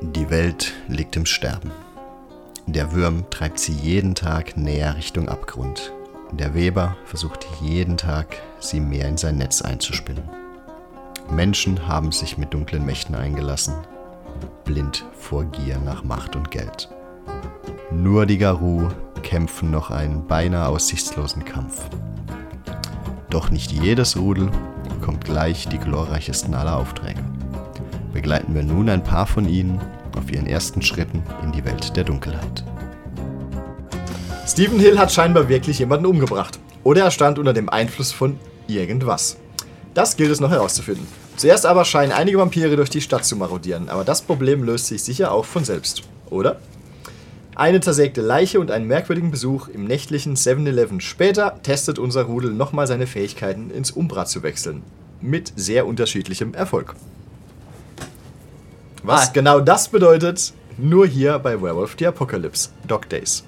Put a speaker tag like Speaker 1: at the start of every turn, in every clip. Speaker 1: Die Welt liegt im Sterben. Der Würm treibt sie jeden Tag näher Richtung Abgrund. Der Weber versucht jeden Tag, sie mehr in sein Netz einzuspinnen. Menschen haben sich mit dunklen Mächten eingelassen, blind vor Gier nach Macht und Geld. Nur die Garou kämpfen noch einen beinahe aussichtslosen Kampf. Doch nicht jedes Rudel bekommt gleich die glorreichsten aller Aufträge. Begleiten wir nun ein paar von ihnen auf ihren ersten Schritten in die Welt der Dunkelheit.
Speaker 2: Stephen Hill hat scheinbar wirklich jemanden umgebracht. Oder er stand unter dem Einfluss von irgendwas. Das gilt es noch herauszufinden. Zuerst aber scheinen einige Vampire durch die Stadt zu marodieren, aber das Problem löst sich sicher auch von selbst, oder? Eine zersägte Leiche und einen merkwürdigen Besuch im nächtlichen 7-Eleven. Später testet unser Rudel nochmal seine Fähigkeiten, ins Umbra zu wechseln. Mit sehr unterschiedlichem Erfolg. Was
Speaker 3: Ah.
Speaker 2: genau das bedeutet, nur hier bei Werewolf the Apocalypse, Dog Days.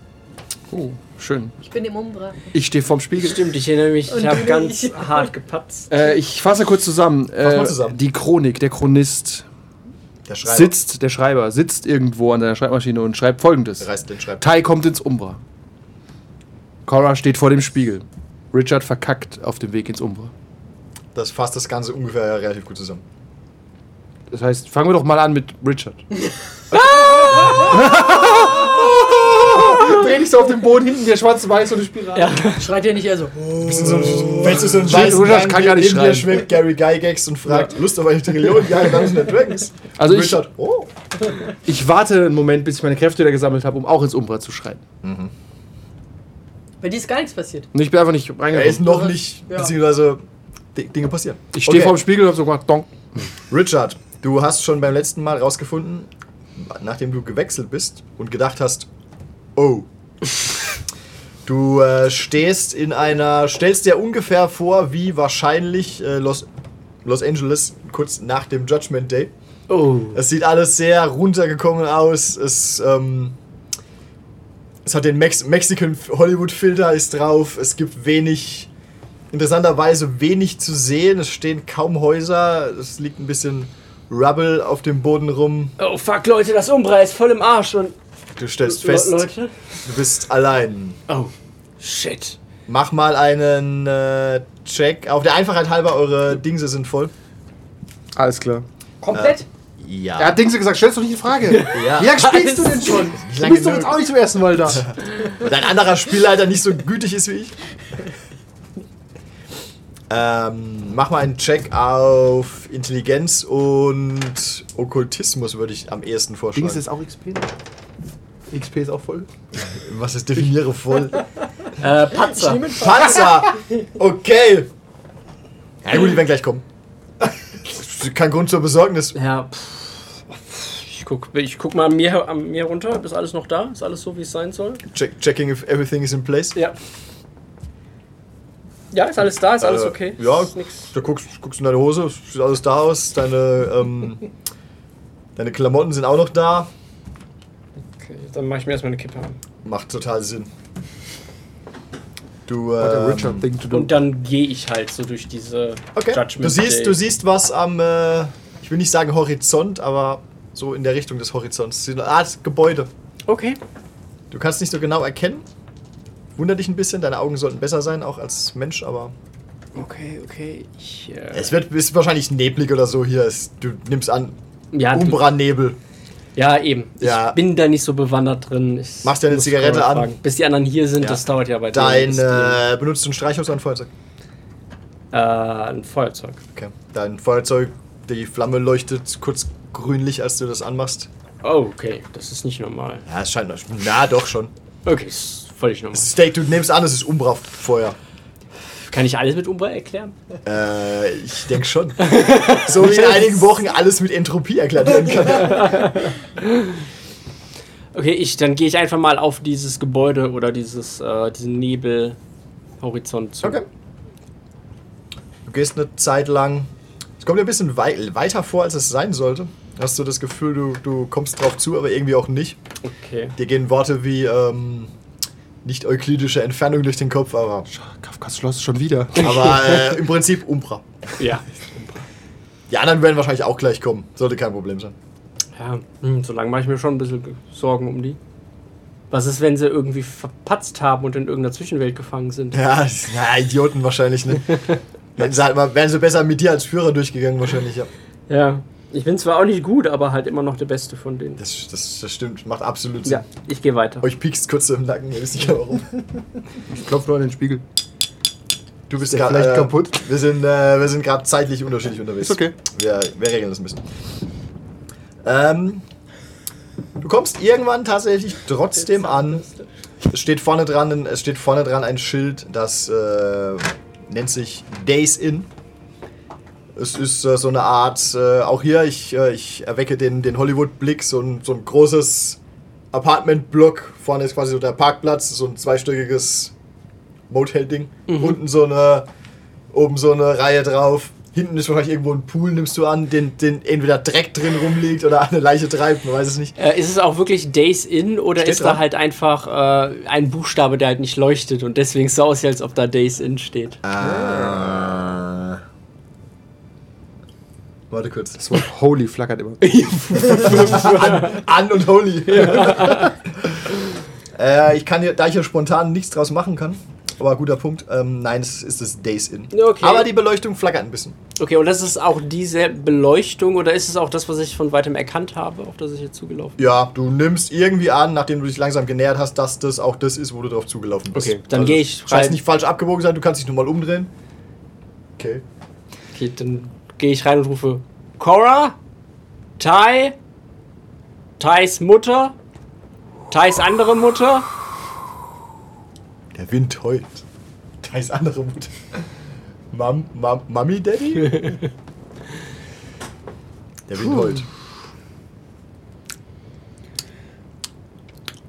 Speaker 3: Oh, schön.
Speaker 4: Ich bin im Umbra.
Speaker 3: Ich stehe vorm Spiegel.
Speaker 5: Stimmt, ich erinnere mich,
Speaker 4: Und
Speaker 5: ich habe
Speaker 4: du
Speaker 5: ganz
Speaker 4: nicht.
Speaker 5: hart gepatzt.
Speaker 3: Äh, ich fasse kurz zusammen.
Speaker 2: Fass mal
Speaker 3: Äh,
Speaker 2: zusammen.
Speaker 3: Die Chronik, der Chronist
Speaker 2: Der Schreiber
Speaker 3: sitzt, der Schreiber sitzt irgendwo an seiner Schreibmaschine und schreibt folgendes.
Speaker 2: reißt den Schreibtisch.
Speaker 3: Tai kommt ins Umbra. Cora steht vor dem Spiegel. Richard verkackt auf dem Weg ins Umbra.
Speaker 2: Das fasst das Ganze ungefähr relativ gut zusammen.
Speaker 3: Das heißt, fangen wir doch mal an mit Richard. Ah! Dreh dich so auf den Boden hinten, der schwarze Weiß und eine Spirale.
Speaker 5: Ja,
Speaker 4: Schreit ihr nicht also, eher so.
Speaker 2: Bist du so ein, fällst du so ein
Speaker 3: Nein, Rudolf kann gar nicht
Speaker 2: in dir
Speaker 3: schreien.
Speaker 2: schwimmt Gary Gygax und fragt, Lust auf eine Trillion Jahre Dungeons and Dragons?
Speaker 3: Also ich-
Speaker 2: Richard, oh.
Speaker 3: Ich warte einen Moment, bis ich meine Kräfte wieder gesammelt habe, um auch ins Umbra zu schreiten.
Speaker 4: Bei dir ist gar nichts passiert.
Speaker 3: Und ich bin einfach nicht
Speaker 2: Er ist
Speaker 3: reingegangen.
Speaker 2: noch nicht,
Speaker 4: Ja.
Speaker 2: beziehungsweise Di- Dinge passieren.
Speaker 3: Ich stehe
Speaker 2: Okay.
Speaker 3: vorm Spiegel und hab so gemacht, donk.
Speaker 2: Richard, du hast schon beim letzten Mal rausgefunden, nachdem du gewechselt bist und gedacht hast, oh. Du äh, stehst in einer, stellst dir ungefähr vor, wie wahrscheinlich äh, Los, Los Angeles kurz nach dem Judgment Day.
Speaker 3: Oh.
Speaker 2: Es sieht alles sehr runtergekommen aus. Es, ähm, es hat den Mex Mexican Hollywood Filter ist drauf. Es gibt wenig, interessanterweise wenig zu sehen. Es stehen kaum Häuser. Es liegt ein bisschen Rubble auf dem Boden rum.
Speaker 5: Oh fuck, Leute, das Umbra ist voll im Arsch und.
Speaker 2: Du stellst fest,
Speaker 5: Le- Leute?
Speaker 2: du bist allein.
Speaker 5: Oh. Shit.
Speaker 2: Mach mal einen äh, Check. Auf der Einfachheit halber, eure Dingse sind voll.
Speaker 3: Alles klar.
Speaker 5: Komplett?
Speaker 2: Ja.
Speaker 3: Er hat Dings gesagt, stell's doch nicht in Frage.
Speaker 2: Ja.
Speaker 3: Wie lange spielst du denn schon? Du
Speaker 2: lange
Speaker 3: bist doch jetzt
Speaker 2: genug.
Speaker 3: auch nicht zum ersten Mal da.
Speaker 2: Wenn ein anderer Spielleiter nicht so gütig ist wie ich. Ähm, mach mal einen Check auf Intelligenz und Okkultismus, würde ich am ehesten vorschlagen.
Speaker 3: Dings ist auch XP. XP ist auch voll.
Speaker 2: Was ist definiere voll?
Speaker 5: Äh, Patzer.
Speaker 2: Panzer! Okay! Ja gut, die werden gleich kommen. Kein Grund zur Besorgnis.
Speaker 5: Ja, pff. Ich guck, ich guck mal an mir, an mir runter. Ist alles noch da? Ist alles so, wie es sein soll?
Speaker 2: Check, checking if everything is in place.
Speaker 5: Ja. Ja, ist alles da? Ist alles
Speaker 2: Äh,
Speaker 5: okay?
Speaker 2: Ja,
Speaker 5: Ist nix.
Speaker 2: du guckst, guckst in deine Hose, sieht alles da aus, deine, ähm, deine Klamotten sind auch noch da.
Speaker 5: Okay, dann mache ich mir erstmal eine Kippe an.
Speaker 2: Macht total Sinn. Du,
Speaker 3: What a
Speaker 2: ähm,
Speaker 3: Richard thing to do.
Speaker 5: Und dann gehe ich halt so durch diese
Speaker 2: okay.
Speaker 5: Judgment
Speaker 2: du siehst,
Speaker 5: Day.
Speaker 2: du siehst was am, äh, ich will nicht sagen Horizont, aber so in der Richtung des Horizonts. Siehst du eine Art Gebäude.
Speaker 5: Okay.
Speaker 2: Du kannst nicht so genau erkennen. Wundert dich ein bisschen, deine Augen sollten besser sein, auch als Mensch, aber
Speaker 5: Okay, okay. Ich, äh,
Speaker 2: es wird ist wahrscheinlich neblig oder so hier. Es, du nimmst an,
Speaker 5: ja, du,
Speaker 2: Umbra-Nebel.
Speaker 5: ja, eben.
Speaker 2: Ja.
Speaker 5: Ich bin da nicht so bewandert drin. Ich
Speaker 2: Machst dir eine
Speaker 5: muss
Speaker 2: Zigarette
Speaker 5: mal
Speaker 2: an.
Speaker 5: fragen. Bis die anderen hier sind,
Speaker 2: Ja.
Speaker 5: das dauert ja bei denen,
Speaker 2: Dein,
Speaker 5: bis die-
Speaker 2: äh, benutzt du ein Streichholz oder ein Feuerzeug?
Speaker 5: Äh, ein Feuerzeug.
Speaker 2: Okay. Dein Feuerzeug, die Flamme leuchtet kurz grünlich, als du das anmachst.
Speaker 5: Oh, okay. Das ist nicht normal.
Speaker 2: Ja, es scheint, na doch schon.
Speaker 5: Okay, ist völlig normal.
Speaker 2: Steak, du nimmst an, es ist Umbra-Feuer.
Speaker 5: Kann ich alles mit Umbra erklären?
Speaker 2: Äh, ich denke schon. so wie in einigen Wochen alles mit Entropie erklärt werden kann.
Speaker 5: Okay, ich, dann gehe ich einfach mal auf dieses Gebäude oder dieses, äh, diesen Nebelhorizont zu.
Speaker 2: Du gehst eine Zeit lang. Es kommt dir ein bisschen wei weiter vor, als es sein sollte. Hast du das Gefühl, du, du kommst drauf zu, aber irgendwie auch nicht.
Speaker 5: Okay.
Speaker 2: Dir gehen Worte wie ähm, nicht euklidische Entfernung durch den Kopf, aber,
Speaker 3: Kafkas Schloss schon wieder.
Speaker 2: aber äh, im Prinzip Umbra.
Speaker 5: Ja.
Speaker 2: Die anderen werden wahrscheinlich auch gleich kommen. Sollte kein Problem sein.
Speaker 5: Ja, hm, so lange mache ich mir schon ein bisschen Sorgen um die. Was ist, wenn sie irgendwie verpatzt haben und in irgendeiner Zwischenwelt gefangen sind?
Speaker 2: Ja, na, Idioten wahrscheinlich, ne? Hätten sie halt mal, wären sie besser mit dir als Führer durchgegangen, wahrscheinlich, ja.
Speaker 5: Ja. Ich bin zwar auch nicht gut, aber halt immer noch der Beste von denen.
Speaker 2: Das, das, das stimmt, macht absolut Sinn.
Speaker 5: Ja, ich gehe weiter.
Speaker 2: Euch piekst kurz so im Nacken, ihr wisst nicht warum.
Speaker 3: Ich klopfe nur an den Spiegel.
Speaker 2: Du bist
Speaker 3: der
Speaker 2: grad,
Speaker 3: vielleicht
Speaker 2: äh,
Speaker 3: kaputt?
Speaker 2: Wir sind, äh, wir sind gerade zeitlich unterschiedlich unterwegs.
Speaker 3: Ist okay.
Speaker 2: Wir, wir regeln das ein bisschen. Ähm, du kommst irgendwann tatsächlich trotzdem an. Es steht vorne dran, ein- es steht vorne dran ein Schild, das äh, nennt sich Days In. Es ist äh, so eine Art, äh, auch hier, ich, äh, ich erwecke den, den Hollywood-Blick, so ein, so ein großes Apartment-Block. Vorne ist quasi so der Parkplatz, so ein zweistöckiges Motel-Ding.
Speaker 3: Mhm.
Speaker 2: Unten so eine, oben so eine Reihe drauf. Hinten ist wahrscheinlich irgendwo ein Pool, nimmst du an, den, den entweder Dreck drin rumliegt oder eine Leiche treibt, man weiß es nicht.
Speaker 5: Äh, ist es auch wirklich Days In oder
Speaker 2: Steht
Speaker 5: ist da
Speaker 2: dran.
Speaker 5: halt einfach äh, ein Buchstabe, der halt nicht leuchtet und deswegen so aussieht, als ob da Days In steht?
Speaker 2: Warte kurz.
Speaker 3: Das Wort Holy flackert immer.
Speaker 2: an, an und holy. äh, ich kann hier, da ich hier spontan nichts draus machen kann, aber guter Punkt, ähm, nein, es ist das Days In.
Speaker 5: Okay.
Speaker 2: Aber die Beleuchtung flackert ein bisschen.
Speaker 5: Okay, und das ist auch diese Beleuchtung oder ist es auch das, was ich von weitem erkannt habe, auf das ich jetzt zugelaufen bin?
Speaker 2: Ja, du nimmst irgendwie an, nachdem du dich langsam genähert hast, dass das auch das ist, wo du drauf zugelaufen bist. Also,
Speaker 5: Okay, dann gehe ich
Speaker 2: Scheiß
Speaker 5: rein.
Speaker 2: nicht falsch abgebogen sein, du kannst dich nur mal umdrehen. Okay.
Speaker 5: Okay, dann gehe ich rein und rufe Cora, Ty, Tys Mutter, Tys andere Mutter.
Speaker 2: Der Wind heult. Da ist andere Mutter. Mam, Mam, Mami, Daddy? Der Wind heult.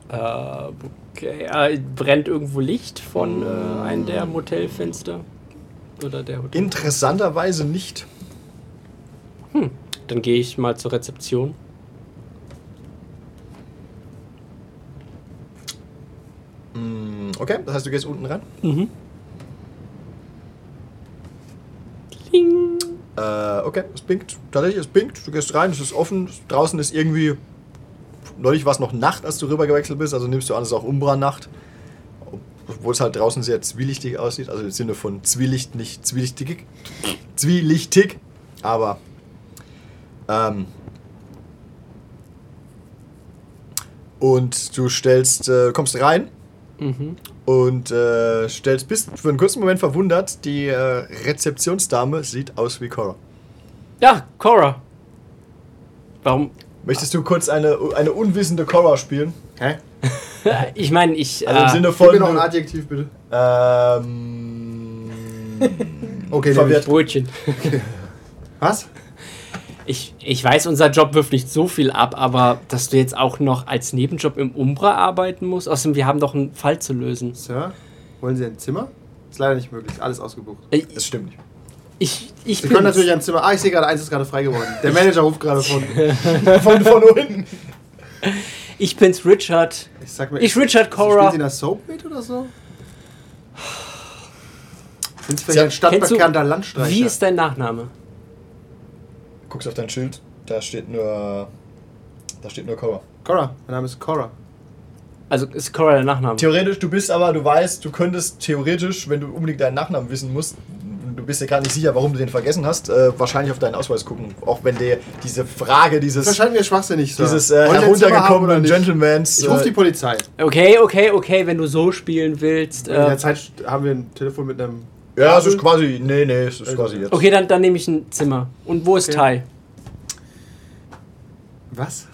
Speaker 5: Äh, okay, äh, brennt irgendwo Licht von äh, einem der Motelfenster? Oder der Hotel?
Speaker 2: Interessanterweise nicht.
Speaker 5: Dann gehe ich mal zur Rezeption.
Speaker 2: Hm, Okay, das heißt, du gehst unten ran.
Speaker 5: Kling.
Speaker 2: Äh, okay, es blinkt. Tatsächlich, es blinkt. Du gehst rein, es ist offen. Draußen ist irgendwie. Neulich war es noch Nacht, als du rübergewechselt bist. Also nimmst du an, es ist auch Umbra-Nacht. Obwohl es halt draußen sehr zwielichtig aussieht. Also im Sinne von Zwielicht, nicht zwielichtig. Zwielichtig. Aber. Ähm, und du stellst, äh, kommst rein
Speaker 5: Mhm.
Speaker 2: und äh, stellst, bist für einen kurzen Moment verwundert, die äh, Rezeptionsdame sieht aus wie Cora.
Speaker 5: Ja, Cora. Warum?
Speaker 2: Möchtest du kurz eine, eine unwissende Cora spielen?
Speaker 3: Hä?
Speaker 5: Äh, Ich meine, ich.
Speaker 2: Also im
Speaker 5: äh,
Speaker 2: Sinne
Speaker 3: Gib
Speaker 2: von.
Speaker 3: mir noch ein Adjektiv, bitte.
Speaker 2: Ähm,
Speaker 3: Okay,
Speaker 2: Verwirrt.
Speaker 5: Brötchen.
Speaker 3: Was?
Speaker 5: Ich, ich weiß, unser Job wirft nicht so viel ab, aber dass du jetzt auch noch als Nebenjob im Umbra arbeiten musst, außerdem wir haben doch einen Fall zu lösen.
Speaker 3: Sir, wollen Sie ein Zimmer? Ist leider nicht möglich, alles ausgebucht.
Speaker 5: Ich,
Speaker 2: das stimmt nicht.
Speaker 5: ich, ich
Speaker 3: Sie können
Speaker 5: bin's.
Speaker 3: natürlich ein Zimmer. Ah, ich sehe gerade, eins ist gerade frei geworden. Der Manager ruft gerade von.
Speaker 2: Von, von unten.
Speaker 5: ich bin's Richard.
Speaker 3: Ich sag mir.
Speaker 5: Ich, Richard Cora.
Speaker 3: Spielt sie in der Soap mit oder so? Sind Sie vielleicht ein
Speaker 5: Kennst du-
Speaker 3: stadtbekannter Landstreicher?
Speaker 5: Wie ist dein Nachname?
Speaker 2: Guckst auf dein Schild, da steht nur. Da steht nur Cora.
Speaker 3: Cora? Mein Name ist Cora.
Speaker 5: Also ist Cora der Nachname?
Speaker 2: Theoretisch, du bist aber, du weißt, du könntest theoretisch, wenn du unbedingt deinen Nachnamen wissen musst, du bist dir gar nicht sicher, warum du den vergessen hast, äh, wahrscheinlich auf deinen Ausweis gucken. Auch wenn dir diese Frage, dieses.
Speaker 3: Das scheint mir schwachsinnig, Sir.
Speaker 2: dieses äh,
Speaker 3: Wollen Sie ein Zimmer haben
Speaker 2: heruntergekommenen Gentlemans.
Speaker 3: Ich rufe die
Speaker 2: äh,
Speaker 3: Polizei.
Speaker 5: Okay, okay, okay, wenn du so spielen willst.
Speaker 3: In der
Speaker 5: Äh,
Speaker 3: Zeit haben wir ein Telefon mit einem.
Speaker 2: ja, es ist quasi. Nee, nee, es ist quasi jetzt.
Speaker 5: okay, dann, dann nehme ich ein Zimmer. Und wo ist
Speaker 3: Okay.
Speaker 5: Tai?
Speaker 3: Was?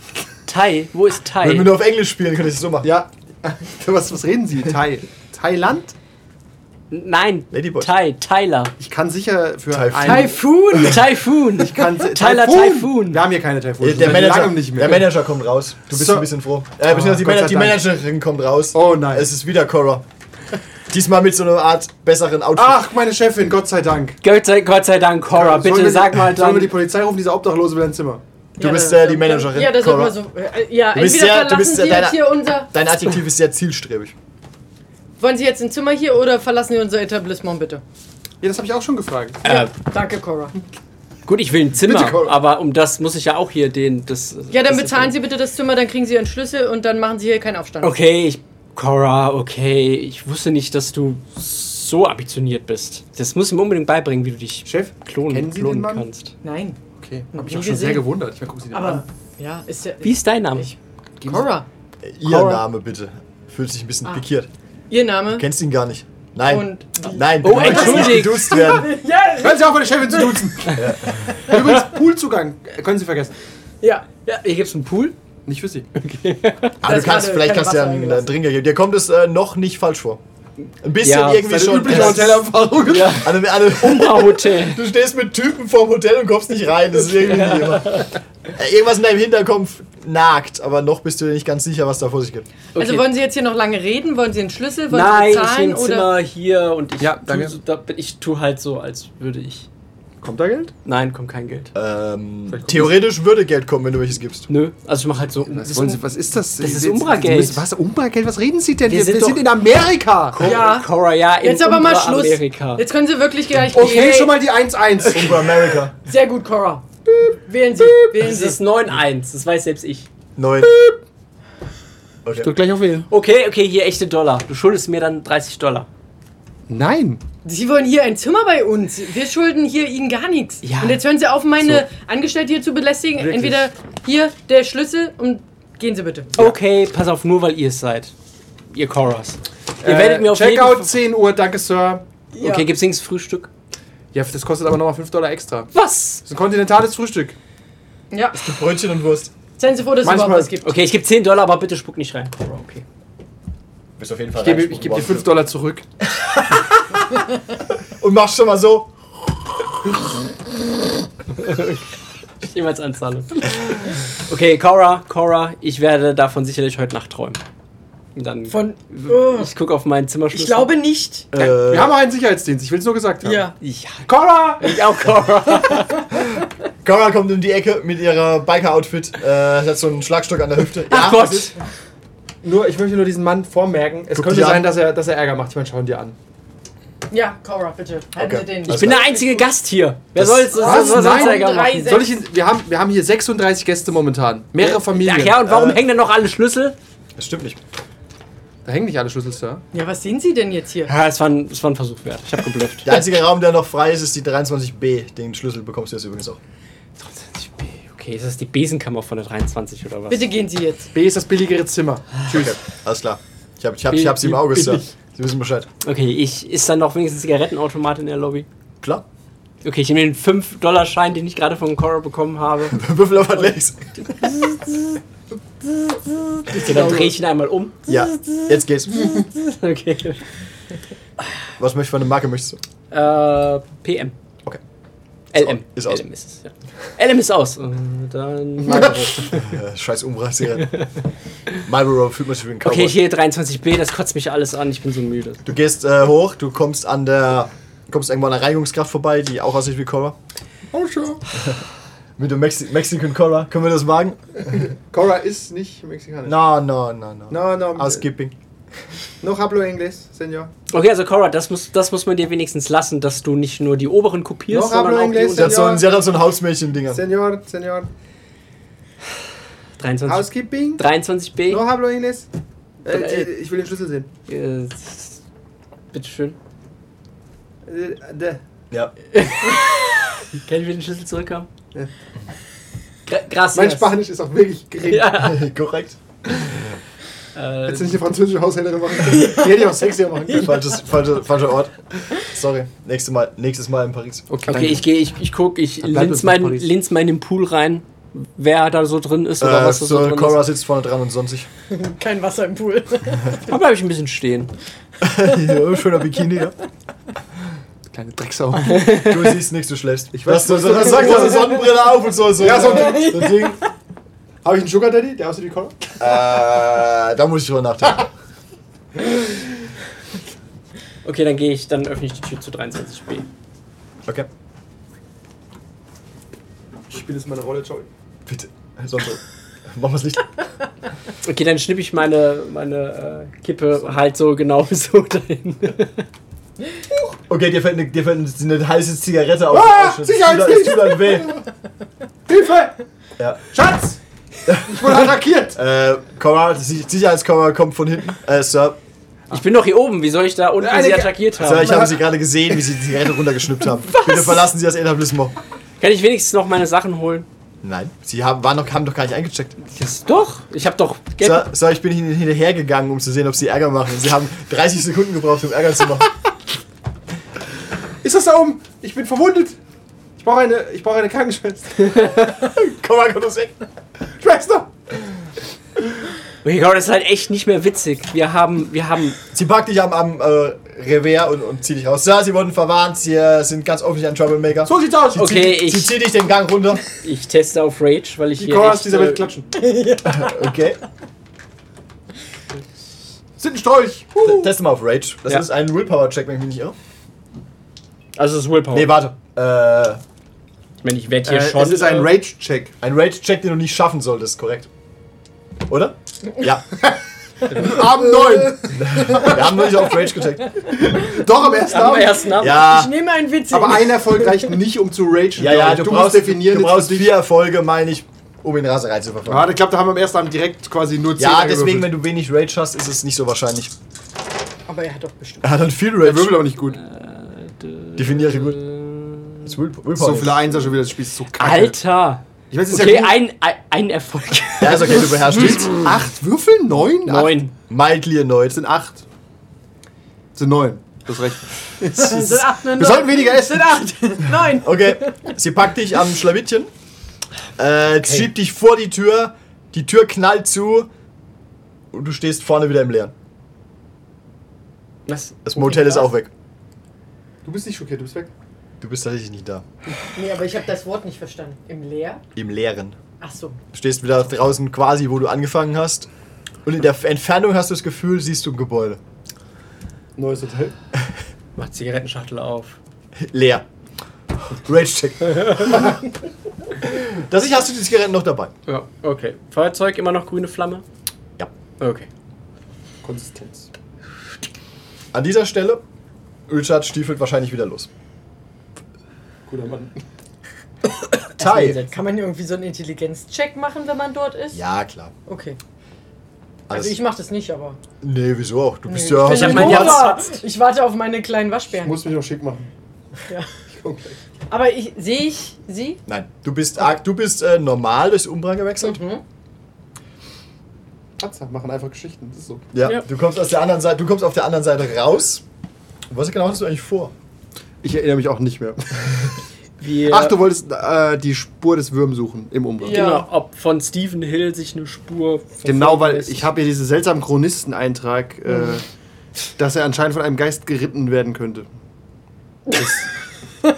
Speaker 5: Tai, wo ist Tai?
Speaker 2: Wenn wir nur auf Englisch spielen, könnte ich es so machen.
Speaker 3: Ja. was, was reden Sie? Thai. Thailand?
Speaker 5: Nein,
Speaker 2: Ladyboy.
Speaker 5: Tai, Tyler.
Speaker 3: Ich kann sicher für
Speaker 2: Taifun.
Speaker 3: einen.
Speaker 5: Typhoon, Typhoon.
Speaker 3: Ich kann si-
Speaker 5: Tyler Typhoon.
Speaker 3: Wir haben hier keine Taifun.
Speaker 2: Äh,
Speaker 3: Schon
Speaker 2: Der
Speaker 3: seit
Speaker 2: Manager,
Speaker 3: langem nicht mehr.
Speaker 2: der Manager kommt raus. Du bist
Speaker 3: So.
Speaker 2: ein bisschen froh. Äh, beziehungsweise die,
Speaker 3: Gott
Speaker 2: Mana
Speaker 3: sei
Speaker 2: die
Speaker 3: Dank.
Speaker 2: Managerin kommt raus.
Speaker 3: Oh nein.
Speaker 2: Es ist wieder Cora. Diesmal mit so einer Art besseren Outfit.
Speaker 3: Ach, meine Chefin, Gott sei Dank.
Speaker 5: Gott sei, Gott sei Dank, Cora,
Speaker 3: Sollen
Speaker 5: bitte
Speaker 3: wir-
Speaker 5: sag mal
Speaker 3: Sollen wir die
Speaker 5: dann.
Speaker 3: Polizei rufen, dieser Obdachlose will ein Zimmer?
Speaker 2: Du
Speaker 4: Ja,
Speaker 2: bist
Speaker 4: dann-
Speaker 2: äh, die
Speaker 4: dann-
Speaker 2: Managerin.
Speaker 4: Ja, das sollten
Speaker 2: Cora.
Speaker 4: wir so. äh, Ja,
Speaker 2: Du bist
Speaker 4: entweder
Speaker 2: sehr- du
Speaker 4: verlassen
Speaker 2: bist
Speaker 4: Sie
Speaker 2: sehr-
Speaker 4: jetzt
Speaker 2: deiner-
Speaker 4: hier unser.
Speaker 2: Dein Adjektiv ist sehr zielstrebig.
Speaker 4: Wollen Sie jetzt ein Zimmer hier oder verlassen Sie unser Etablissement bitte?
Speaker 3: Ja, das habe ich auch schon gefragt.
Speaker 5: Äh,
Speaker 4: Danke, Cora.
Speaker 5: Gut, ich will ein Zimmer,
Speaker 2: Bitte, Cora.
Speaker 5: aber um das muss ich ja auch hier den. Das,
Speaker 4: Ja, dann
Speaker 5: das-
Speaker 4: bezahlen Sie bitte das Zimmer, dann kriegen Sie Ihren Schlüssel und dann machen Sie hier keinen Aufstand.
Speaker 5: Okay, ich. Cora, okay. Ich wusste nicht, dass du so ambitioniert bist. Das muss ihm unbedingt beibringen, wie du dich
Speaker 3: Chef,
Speaker 5: klonen,
Speaker 3: kennen Sie
Speaker 5: klonen
Speaker 3: den Mann?
Speaker 5: kannst.
Speaker 4: Nein,
Speaker 3: Okay,
Speaker 4: Noch
Speaker 3: hab ich
Speaker 4: nie
Speaker 3: auch schon
Speaker 4: gesehen.
Speaker 3: sehr gewundert. Ich meine, gucken Sie den
Speaker 4: aber
Speaker 3: an.
Speaker 4: ja, ist ja.
Speaker 5: Wie ist dein Name?
Speaker 4: Ich- Cora?
Speaker 2: Ihr
Speaker 5: Cora.
Speaker 2: Name bitte. Fühlt sich ein bisschen pikiert.
Speaker 4: Ihr Name?
Speaker 2: Kennst ihn gar nicht. Nein.
Speaker 4: Ah. Und die-
Speaker 2: Nein.
Speaker 5: Oh,
Speaker 2: du wolltest nicht
Speaker 5: entschuldigt.
Speaker 2: geduzt werden.
Speaker 4: Ja,
Speaker 3: Hören Sie auf, meine Chefin zu duzen! Übrigens, Poolzugang äh, können Sie vergessen.
Speaker 4: ja.
Speaker 5: Ja, hier gibt's einen Pool.
Speaker 3: Nicht für Sie.
Speaker 2: Aber du
Speaker 4: Das
Speaker 2: kannst,
Speaker 4: war eine- keine
Speaker 2: vielleicht kannst du ja
Speaker 4: Wasser
Speaker 2: einen äh,
Speaker 4: eingelassen.
Speaker 2: Drinker geben. Dir kommt es äh, noch nicht falsch vor. Ein bisschen
Speaker 5: Ja,
Speaker 3: Seine
Speaker 2: irgendwie schon. Also,
Speaker 3: übliche
Speaker 2: Das-
Speaker 3: Hotelerfahrung.
Speaker 5: Ja.
Speaker 2: An einem, an einem,
Speaker 5: Ah, Hotel.
Speaker 2: du stehst mit Typen vorm Hotel und kommst nicht rein. Das ist irgendwie nicht immer. Äh, Irgendwas in deinem Hinterkopf nagt, aber noch bist du dir nicht ganz sicher, was da vor sich geht.
Speaker 4: Also
Speaker 5: Okay.
Speaker 4: wollen Sie jetzt hier noch lange reden? Wollen Sie einen Schlüssel? Wollen
Speaker 5: Nein,
Speaker 4: Sie
Speaker 5: ich will
Speaker 4: bezahlen?
Speaker 5: ein
Speaker 4: oder?
Speaker 5: Zimmer hier und ich,
Speaker 3: Ja,
Speaker 5: tu
Speaker 3: danke.
Speaker 5: so- da, ich tu halt so, als würde ich.
Speaker 3: Kommt da Geld?
Speaker 5: Nein, kommt kein Geld.
Speaker 2: Ähm,
Speaker 3: kommt
Speaker 2: theoretisch würde Geld kommen, wenn du welches gibst.
Speaker 5: Nö, also ich mach halt so.
Speaker 3: Was, wollen Sie, was ist das?
Speaker 5: Das ist
Speaker 3: Sie- Sie-
Speaker 5: Umbra-Geld.
Speaker 3: Sie müssen- Was, Umbra-Geld? Was reden Sie denn?
Speaker 5: Wir
Speaker 3: Wir, wir,
Speaker 5: sind
Speaker 3: sind,
Speaker 5: doch-
Speaker 3: in Amerika!
Speaker 4: Ja.
Speaker 5: Oh, Cora, ja, in
Speaker 4: Jetzt aber mal
Speaker 5: unserer
Speaker 4: Schluss.
Speaker 5: Amerika.
Speaker 4: Jetzt können Sie wirklich gleich
Speaker 3: Okay,
Speaker 4: gehen.
Speaker 3: schon mal die 1-1.
Speaker 2: Uber America.
Speaker 4: Sehr gut, Cora. Wählen Sie. Wählen
Speaker 5: Das
Speaker 4: Sie.
Speaker 5: ist 9-1, das weiß selbst ich.
Speaker 2: Neun. Okay.
Speaker 3: gleich auf Wählen.
Speaker 5: Okay, okay, hier echte Dollar. Du schuldest mir dann 30 Dollar.
Speaker 3: Nein.
Speaker 4: Sie wollen hier ein Zimmer bei uns. Wir schulden hier Ihnen gar nichts.
Speaker 5: Ja.
Speaker 4: Und jetzt hören Sie auf, meine Angestellte hier zu belästigen.
Speaker 5: Wirklich.
Speaker 4: Entweder hier der Schlüssel und gehen Sie bitte.
Speaker 5: Oh, Okay, pass auf, nur weil ihr es seid. Ihr Choras. Ihr
Speaker 3: Äh,
Speaker 5: werdet mir auf jeden
Speaker 3: Checkout
Speaker 5: Fall.
Speaker 3: 10 Uhr, danke, Sir.
Speaker 5: Okay, gibt's links Frühstück?
Speaker 3: Ja, das kostet aber nochmal 5 Dollar extra. Das
Speaker 5: Was?
Speaker 3: ist ein kontinentales Frühstück.
Speaker 4: Ja.
Speaker 2: Brötchen und Wurst.
Speaker 4: Seien Sie froh, dass es
Speaker 3: Manchmal-
Speaker 4: überhaupt was gibt.
Speaker 5: Okay, ich gebe 10 Dollar, aber bitte spuck nicht rein. Cora, okay.
Speaker 2: Bist auf jeden Fall
Speaker 3: Ich gebe, ich
Speaker 2: reingesprungen
Speaker 3: gebe dir
Speaker 2: worden.
Speaker 3: 5 Dollar zurück.
Speaker 2: Und machst schon mal so.
Speaker 5: Ich nehme als Anzahlung. Okay, Cora, Cora, ich werde davon sicherlich heute Nacht träumen. Und dann.
Speaker 4: Von. Oh,
Speaker 5: ich gucke auf meinen Zimmerschlüssel.
Speaker 4: ich glaube nicht.
Speaker 3: Wir haben auch einen Sicherheitsdienst, ich will es nur gesagt haben.
Speaker 4: Ja.
Speaker 5: Ja,
Speaker 3: Cora!
Speaker 5: ich auch, Cora.
Speaker 2: Cora kommt um die Ecke mit ihrer Biker-Outfit. Äh, hat so einen Schlagstock an der Hüfte.
Speaker 5: Ach
Speaker 2: Ja,
Speaker 5: Gott.
Speaker 3: Nur, ich möchte nur diesen Mann vormerken. Es
Speaker 2: Guck
Speaker 3: könnte
Speaker 2: dich an.
Speaker 3: sein, dass er, dass er Ärger macht. Ich meine, schau ihn dir an.
Speaker 4: Ja, Cora, bitte. Halten
Speaker 2: Okay.
Speaker 4: Sie den.
Speaker 5: Ich bin der einzige Gast hier. Wer soll es
Speaker 3: Was?
Speaker 5: sonst
Speaker 3: Nein.
Speaker 5: Ärger machen?
Speaker 4: Sechs.
Speaker 3: Soll ich ihn, wir, haben, wir haben hier 36 Gäste momentan. Mehrere Familien.
Speaker 5: Ach ja, und warum
Speaker 2: Äh.
Speaker 5: hängen denn noch alle Schlüssel?
Speaker 2: Das stimmt nicht.
Speaker 3: Da hängen nicht alle Schlüssel, Sir.
Speaker 4: Ja, was sehen Sie denn jetzt hier?
Speaker 5: Ja, es war ein, es war ein Versuch wert. Ich habe geblufft.
Speaker 2: Der einzige Raum, der noch frei ist, ist die 23b. Den Schlüssel bekommst du jetzt übrigens auch.
Speaker 5: 23b. Okay, ist das die Besenkammer von der 23 oder was?
Speaker 4: Bitte gehen Sie jetzt.
Speaker 3: B ist das billigere Zimmer. Tschüss.
Speaker 2: Okay, alles klar. Ich, hab, ich, hab, ich hab's im Auge, Sir. Sie wissen Bescheid.
Speaker 5: Okay, ich ist dann noch wenigstens ein Zigarettenautomat in der Lobby.
Speaker 2: Klar.
Speaker 5: Okay, ich nehme den 5-Dollar-Schein, den ich gerade von Cora bekommen habe.
Speaker 2: Würfel auf Athletics.
Speaker 5: Okay, dann drehe ich ihn einmal um.
Speaker 2: Ja, jetzt geht's.
Speaker 5: Okay.
Speaker 2: Was möchtest du für eine Marke möchtest du?
Speaker 5: Äh, PM.
Speaker 2: Okay.
Speaker 5: LM.
Speaker 2: Ist aus.
Speaker 5: LM ist es, ja. LM ist aus. Äh, Dann.
Speaker 2: Äh, scheiß Umreißer. Marlboro fühlt man sich wie ein Cowboy.
Speaker 5: Okay, hier 23b, das kotzt mich alles an. Ich bin so müde.
Speaker 2: Du gehst äh, hoch, du kommst an der. kommst irgendwo an der Reinigungskraft vorbei, die auch aussieht wie Cora.
Speaker 3: Oh, sure.
Speaker 2: Mit dem Mexi Mexican Cora. Können wir das wagen?
Speaker 3: Cora ist nicht mexikanisch.
Speaker 2: No, no, no, no.
Speaker 3: No, no.
Speaker 2: Aus Skipping.
Speaker 3: No hablo inglés, señor.
Speaker 5: Okay, also Cora, das muss, das muss man dir wenigstens lassen, dass du nicht nur die oberen kopierst,
Speaker 3: Noch haben
Speaker 5: sondern
Speaker 3: wir
Speaker 5: auch die
Speaker 3: Englisch.
Speaker 2: Sie
Speaker 5: unter
Speaker 2: hat so ein, sie hat halt so ein Hausmädchen-Ding an.
Speaker 3: Señor, señor.
Speaker 5: 23,
Speaker 3: Housekeeping.
Speaker 5: 23b.
Speaker 3: No hablo inglés.
Speaker 5: Äh,
Speaker 3: Äh, die- ich will den Schlüssel sehen.
Speaker 5: Äh, bitteschön.
Speaker 3: Äh, de-
Speaker 2: Ja.
Speaker 5: Kann ich mir den Schlüssel zurückhaben?
Speaker 3: Ja.
Speaker 5: Gra gracias.
Speaker 3: Mein Spanisch ist auch wirklich gering.
Speaker 5: Ja.
Speaker 2: Korrekt.
Speaker 5: Äh,
Speaker 3: Hättest du nicht eine französische Haushälterin machen können? Die hätte ich auch sexier machen können.
Speaker 2: Falsches, falsche, falscher Ort. Sorry. Nächstes Mal, nächstes Mal in Paris.
Speaker 5: okay, ich gehe, ich, ich guck, ich
Speaker 3: Dann bleibt
Speaker 5: linz
Speaker 3: uns noch
Speaker 5: meinen
Speaker 3: Paris.
Speaker 5: linz meinen im Pool rein, wer da so drin ist oder
Speaker 2: äh,
Speaker 5: was da so
Speaker 2: so,
Speaker 5: drin
Speaker 2: Cora sitzt vorne dran und sonst ich.
Speaker 4: Kein Wasser im Pool.
Speaker 5: ist. Da bleibe ich ein bisschen stehen.
Speaker 2: ja, schöner Bikini, ja.
Speaker 3: Kleine Drecksau.
Speaker 2: Du siehst nichts, du schläfst. Ich
Speaker 3: weiß,
Speaker 2: so,
Speaker 3: du
Speaker 2: so,
Speaker 3: bist
Speaker 2: das
Speaker 3: so
Speaker 2: sagt so
Speaker 3: groß.
Speaker 2: Sonnenbrille auf und so. so
Speaker 3: Ja, so ein
Speaker 2: ein Ding.
Speaker 3: Habe ich einen Sugar Daddy, der aussieht wie Connor?
Speaker 2: Äh, da muss ich drüber nachdenken.
Speaker 5: Okay, dann gehe ich, dann öffne ich die Tür zu 23b.
Speaker 2: Okay,
Speaker 3: Ich spiele jetzt meine Rolle, Joey.
Speaker 2: bitte. Sonst machen wir es nicht.
Speaker 5: Okay, dann schnipp ich meine, meine äh, Kippe halt so genau so dahin.
Speaker 2: Okay, dir fällt eine, dir fällt eine heiße Zigarette auf.
Speaker 3: Ah,
Speaker 2: Es tut-
Speaker 3: Sicherheitsdienst!
Speaker 2: Es tut dann weh.
Speaker 3: Hilfe!
Speaker 2: Ja.
Speaker 3: Schatz! Ich wurde attackiert!
Speaker 2: Äh, Cora, Sich- Sicherheitskora kommt von hinten. Äh, Sir,
Speaker 5: Ich bin doch hier oben. Wie soll ich da unten
Speaker 3: Eine
Speaker 5: sie
Speaker 3: Ge-
Speaker 5: attackiert
Speaker 2: Sir,
Speaker 5: haben?
Speaker 2: ich habe Sie gerade gesehen, wie Sie die Zigarette runtergeschnippt haben. Bitte verlassen Sie das Etablissement.
Speaker 5: Kann ich wenigstens noch meine Sachen holen?
Speaker 2: Nein, Sie haben, waren noch, haben doch gar nicht eingecheckt.
Speaker 5: Das doch. Ich habe doch Geld.
Speaker 2: Sir, Sir, ich bin Ihnen hinterhergegangen, um zu sehen, ob Sie Ärger machen. Sie haben 30 Sekunden gebraucht, um Ärger zu machen.
Speaker 3: Ist das da oben? Ich bin verwundet! Ich brauche eine, ich brauche eine Krankenschwester.
Speaker 2: Cora kommt aus weg.
Speaker 3: Schwester!
Speaker 5: Okay, Gott, das ist halt echt nicht mehr witzig. Wir haben, wir haben.
Speaker 2: Sie packt dich am, am äh, Revers und, und zieht dich raus. Sir, Sie wurden verwarnt. Sie äh, sind ganz offensichtlich ein Troublemaker.
Speaker 3: So sieht's aus!
Speaker 5: Okay,
Speaker 2: Sie
Speaker 5: ich,
Speaker 2: zieht dich den Gang runter.
Speaker 5: ich teste auf Rage, weil ich
Speaker 3: Die
Speaker 5: hier.
Speaker 3: Koras
Speaker 5: echt,
Speaker 3: dieser Welt
Speaker 5: äh,
Speaker 3: klatschen.
Speaker 2: Okay.
Speaker 3: Sind ein Strolch!
Speaker 2: T- Test mal auf Rage. Das
Speaker 5: Ja.
Speaker 2: ist ein Willpower-Check, wenn ich mich nicht irre.
Speaker 5: Also es ist Willpower.
Speaker 2: Nee, warte. Äh,
Speaker 5: ich meine, ich werde
Speaker 3: Äh,
Speaker 5: hier schon.
Speaker 3: es ist ein
Speaker 5: äh,
Speaker 3: Rage-Check.
Speaker 2: ein Rage-Check, den du nicht schaffen solltest, korrekt? Oder? Ja. Abend 9! Wir haben noch nicht auf Rage gecheckt.
Speaker 3: Doch, am ersten
Speaker 5: Am
Speaker 3: Abend.
Speaker 5: ersten Abend.
Speaker 4: Ich
Speaker 2: Ja.
Speaker 4: nehme einen Witz.
Speaker 3: Aber ein Erfolg reicht nicht, um zu ragen.
Speaker 2: Ja,
Speaker 3: glaub
Speaker 2: ja,
Speaker 3: ich.
Speaker 2: du,
Speaker 3: du
Speaker 2: brauchst,
Speaker 3: musst definieren.
Speaker 2: du
Speaker 3: jetzt
Speaker 2: brauchst
Speaker 3: für dich.
Speaker 2: vier Erfolge, meine ich, um in Raserei zu
Speaker 3: Ja,
Speaker 2: verfahren.
Speaker 3: ich glaube, da haben wir am ersten Abend direkt quasi nur 10
Speaker 2: Ja, deswegen, wenn du wenig Rage hast, ist es nicht so wahrscheinlich.
Speaker 4: Aber er hat doch bestimmt.
Speaker 2: Er hat dann viel
Speaker 3: Der Wirbel
Speaker 2: Rage.
Speaker 3: auch nicht gut.
Speaker 2: Definiere gut. Das ist Will- Willpower.
Speaker 3: So viele Einser schon wieder, das Spiel ist so kacke.
Speaker 5: Alter.
Speaker 3: Ich weiß, es ist
Speaker 5: Okay,
Speaker 3: ja gut.
Speaker 5: ein, ein, ein Erfolg.
Speaker 2: Ja, ist okay, du beherrschst
Speaker 3: Mit
Speaker 2: es.
Speaker 3: acht Würfel? Neun?
Speaker 5: Neun.
Speaker 2: Mildly annoyed.
Speaker 3: Acht. Sind acht. Sind neun. Das reicht.
Speaker 4: Das sind acht, neun,
Speaker 2: Wir sollten
Speaker 4: neun.
Speaker 2: weniger
Speaker 4: Das
Speaker 2: essen.
Speaker 4: sind acht, neun.
Speaker 2: Okay, sie packt dich am Schlawittchen, äh, schiebt dich vor die Tür, die Tür knallt zu und du stehst vorne wieder im Leeren.
Speaker 5: Was?
Speaker 2: Das Motel ist auch weg.
Speaker 3: Du bist nicht schockiert, du bist weg.
Speaker 2: Du bist tatsächlich nicht da.
Speaker 4: Nee, aber ich habe das Wort nicht verstanden. Im Leer?
Speaker 2: Im Leeren.
Speaker 4: Ach so.
Speaker 2: Du stehst wieder draußen quasi, wo du angefangen hast. Und in der Entfernung hast du das Gefühl, siehst du ein Gebäude.
Speaker 3: Neues Hotel.
Speaker 5: Mach Zigarettenschachtel auf.
Speaker 2: Leer. Rage-Check. das ich hast du die Zigaretten noch dabei.
Speaker 5: Ja, okay. Feuerzeug immer noch grüne Flamme?
Speaker 2: Ja.
Speaker 5: Okay.
Speaker 3: Konsistenz.
Speaker 2: An dieser Stelle, Richard stiefelt wahrscheinlich wieder los.
Speaker 3: Guter Mann.
Speaker 2: Tai.
Speaker 4: Kann man irgendwie so einen Intelligenzcheck machen, wenn man dort ist?
Speaker 2: Ja, klar.
Speaker 4: Okay.
Speaker 2: Alles-
Speaker 4: Also ich mache das nicht, aber.
Speaker 2: Nee, wieso auch? Du bist
Speaker 4: Nee, ich,
Speaker 2: ja...
Speaker 5: hab
Speaker 4: bin ein
Speaker 5: mein Herz
Speaker 4: Rover.
Speaker 5: verpatzt.
Speaker 4: ich warte auf meine kleinen
Speaker 3: Ich
Speaker 4: Waschbären.
Speaker 3: muss mich noch schick machen.
Speaker 4: Ja.
Speaker 3: Ich komm gleich.
Speaker 4: Aber ich, sehe ich sie?
Speaker 2: Nein, du bist, arg- du bist äh, normal durchs Umbra gewechselt.
Speaker 4: Mhm.
Speaker 3: Tatsache, machen einfach Geschichten. Das ist so.
Speaker 2: Ja,
Speaker 5: Ja.
Speaker 2: Du kommst aus der anderen Seite, du kommst auf der anderen Seite raus. Was genau hast du eigentlich vor?
Speaker 3: Ich erinnere mich auch nicht mehr.
Speaker 5: Wir,
Speaker 3: Ach, du wolltest äh, die Spur des Würm suchen im Umgang.
Speaker 4: Ja.
Speaker 5: genau, ob von Stephen Hill sich eine Spur.
Speaker 3: Genau,
Speaker 5: verfolgen
Speaker 3: weil
Speaker 5: lässt.
Speaker 3: ich habe hier diesen seltsamen Chronisteneintrag, äh, dass er anscheinend von einem Geist geritten werden könnte. Das,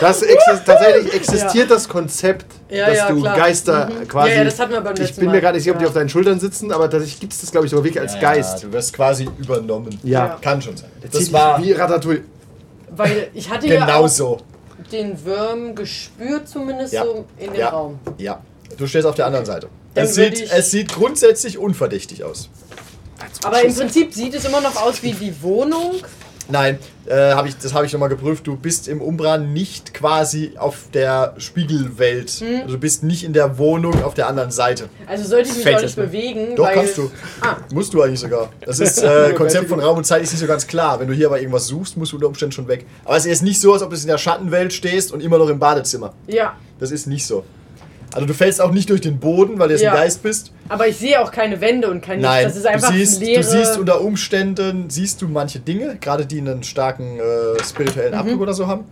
Speaker 3: das exis tatsächlich existiert das Konzept,
Speaker 4: Ja,
Speaker 3: dass
Speaker 4: ja,
Speaker 3: du
Speaker 4: klar.
Speaker 3: Geister
Speaker 4: Mhm.
Speaker 3: quasi.
Speaker 4: Ja, ja, das hatten wir beim
Speaker 3: ich
Speaker 4: letzten
Speaker 3: bin mir
Speaker 4: Mal.
Speaker 3: gar nicht sicher, ob die
Speaker 4: Ja.
Speaker 3: auf deinen Schultern sitzen, aber tatsächlich gibt es das, glaube ich, sogar wirklich als Geist.
Speaker 2: du wirst quasi übernommen.
Speaker 3: Ja.
Speaker 2: Kann schon sein.
Speaker 3: Zieh
Speaker 2: Das
Speaker 3: dich
Speaker 2: war
Speaker 3: wie Ratatouille.
Speaker 4: Weil ich hatte ja
Speaker 2: genau
Speaker 4: auch
Speaker 2: so.
Speaker 4: den Wurm gespürt, zumindest
Speaker 2: Ja.
Speaker 4: so in dem
Speaker 2: Ja.
Speaker 4: Raum.
Speaker 2: Ja. Du stehst auf der anderen Seite.
Speaker 4: Dann
Speaker 2: Es
Speaker 4: würd
Speaker 2: sieht,
Speaker 4: ich-
Speaker 2: es sieht grundsätzlich unverdächtig aus.
Speaker 4: Aber im Prinzip sieht es immer noch aus wie die Wohnung.
Speaker 2: Nein, äh, hab ich, das habe ich nochmal geprüft. Du bist im Umbra nicht quasi auf der Spiegelwelt.
Speaker 4: Hm?
Speaker 2: Also du bist nicht in der Wohnung auf der anderen Seite.
Speaker 4: Also sollte ich mich
Speaker 5: Fällt
Speaker 4: auch
Speaker 5: jetzt
Speaker 4: nicht
Speaker 5: mal.
Speaker 4: bewegen.
Speaker 2: Doch,
Speaker 4: weil
Speaker 2: kannst du.
Speaker 4: Ah.
Speaker 2: Musst du eigentlich sogar. Das ist äh, Konzept von Raum und Zeit ist nicht so ganz klar. Wenn du hier aber irgendwas suchst, musst du unter Umständen schon weg. Aber es ist nicht so, als ob du in der Schattenwelt stehst und immer noch im Badezimmer.
Speaker 4: Ja.
Speaker 2: Das ist nicht so. Also du fällst auch nicht durch den Boden, weil du jetzt
Speaker 4: Ja.
Speaker 2: ein Geist bist.
Speaker 4: Aber ich sehe auch keine Wände und kein
Speaker 2: Nein,
Speaker 4: nichts. Das ist einfach
Speaker 2: du, siehst,
Speaker 4: leere.
Speaker 2: du siehst unter Umständen siehst du manche Dinge, gerade die einen starken äh, spirituellen
Speaker 4: Mhm.
Speaker 2: Abdruck oder so haben.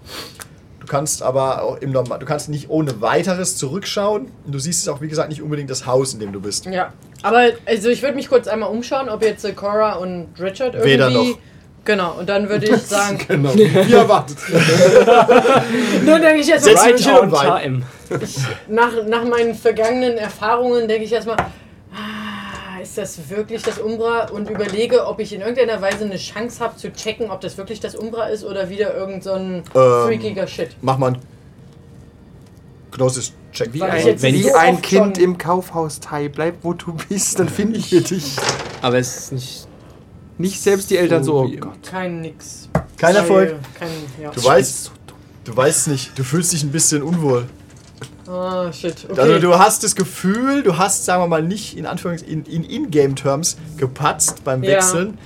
Speaker 2: Du kannst aber auch im Normal, du kannst nicht ohne weiteres zurückschauen. Und du siehst es auch, wie gesagt, nicht unbedingt das Haus, in dem du bist.
Speaker 4: ja. Aber also ich würde mich kurz einmal umschauen, ob jetzt äh, Cora und Richard irgendwie.
Speaker 2: Weder noch.
Speaker 4: Genau, und dann würde ich sagen.
Speaker 3: Genau, wie erwartet.
Speaker 2: Genau.
Speaker 4: nur denke ich erstmal.
Speaker 2: Setz-
Speaker 5: Right
Speaker 2: Stephen Hill
Speaker 5: on
Speaker 2: weit.
Speaker 5: time.
Speaker 4: nach, nach meinen vergangenen Erfahrungen denke ich erstmal, ah, ist das wirklich das Umbra? Und überlege, ob ich in irgendeiner Weise eine Chance habe zu checken, ob das wirklich das Umbra ist oder wieder irgend so
Speaker 2: Ähm,
Speaker 4: ein freakiger Shit.
Speaker 2: Mach mal einen Gnosis-Check.
Speaker 4: Weil ich
Speaker 5: ein-
Speaker 4: jetzt
Speaker 5: wenn
Speaker 4: so
Speaker 5: ich
Speaker 3: Wie ein
Speaker 4: oft
Speaker 3: Kind
Speaker 4: schon-
Speaker 3: im Kaufhaus, Tai. Bleib, wo du bist, dann finden wir dich.
Speaker 5: Aber es ist nicht.
Speaker 3: Nicht selbst die Eltern so.
Speaker 5: So
Speaker 3: Oh
Speaker 5: wie-
Speaker 3: Gott.
Speaker 4: Kein nix.
Speaker 2: Kein Erfolg.
Speaker 4: Kein, ja.
Speaker 2: Du weißt, du weißt nicht, du fühlst dich ein bisschen unwohl.
Speaker 4: Ah, shit. Okay.
Speaker 2: Also du hast das Gefühl, du hast, sagen wir mal, nicht in Anführungs in, in In-Game-Terms gepatzt beim
Speaker 4: Ja.
Speaker 2: Wechseln.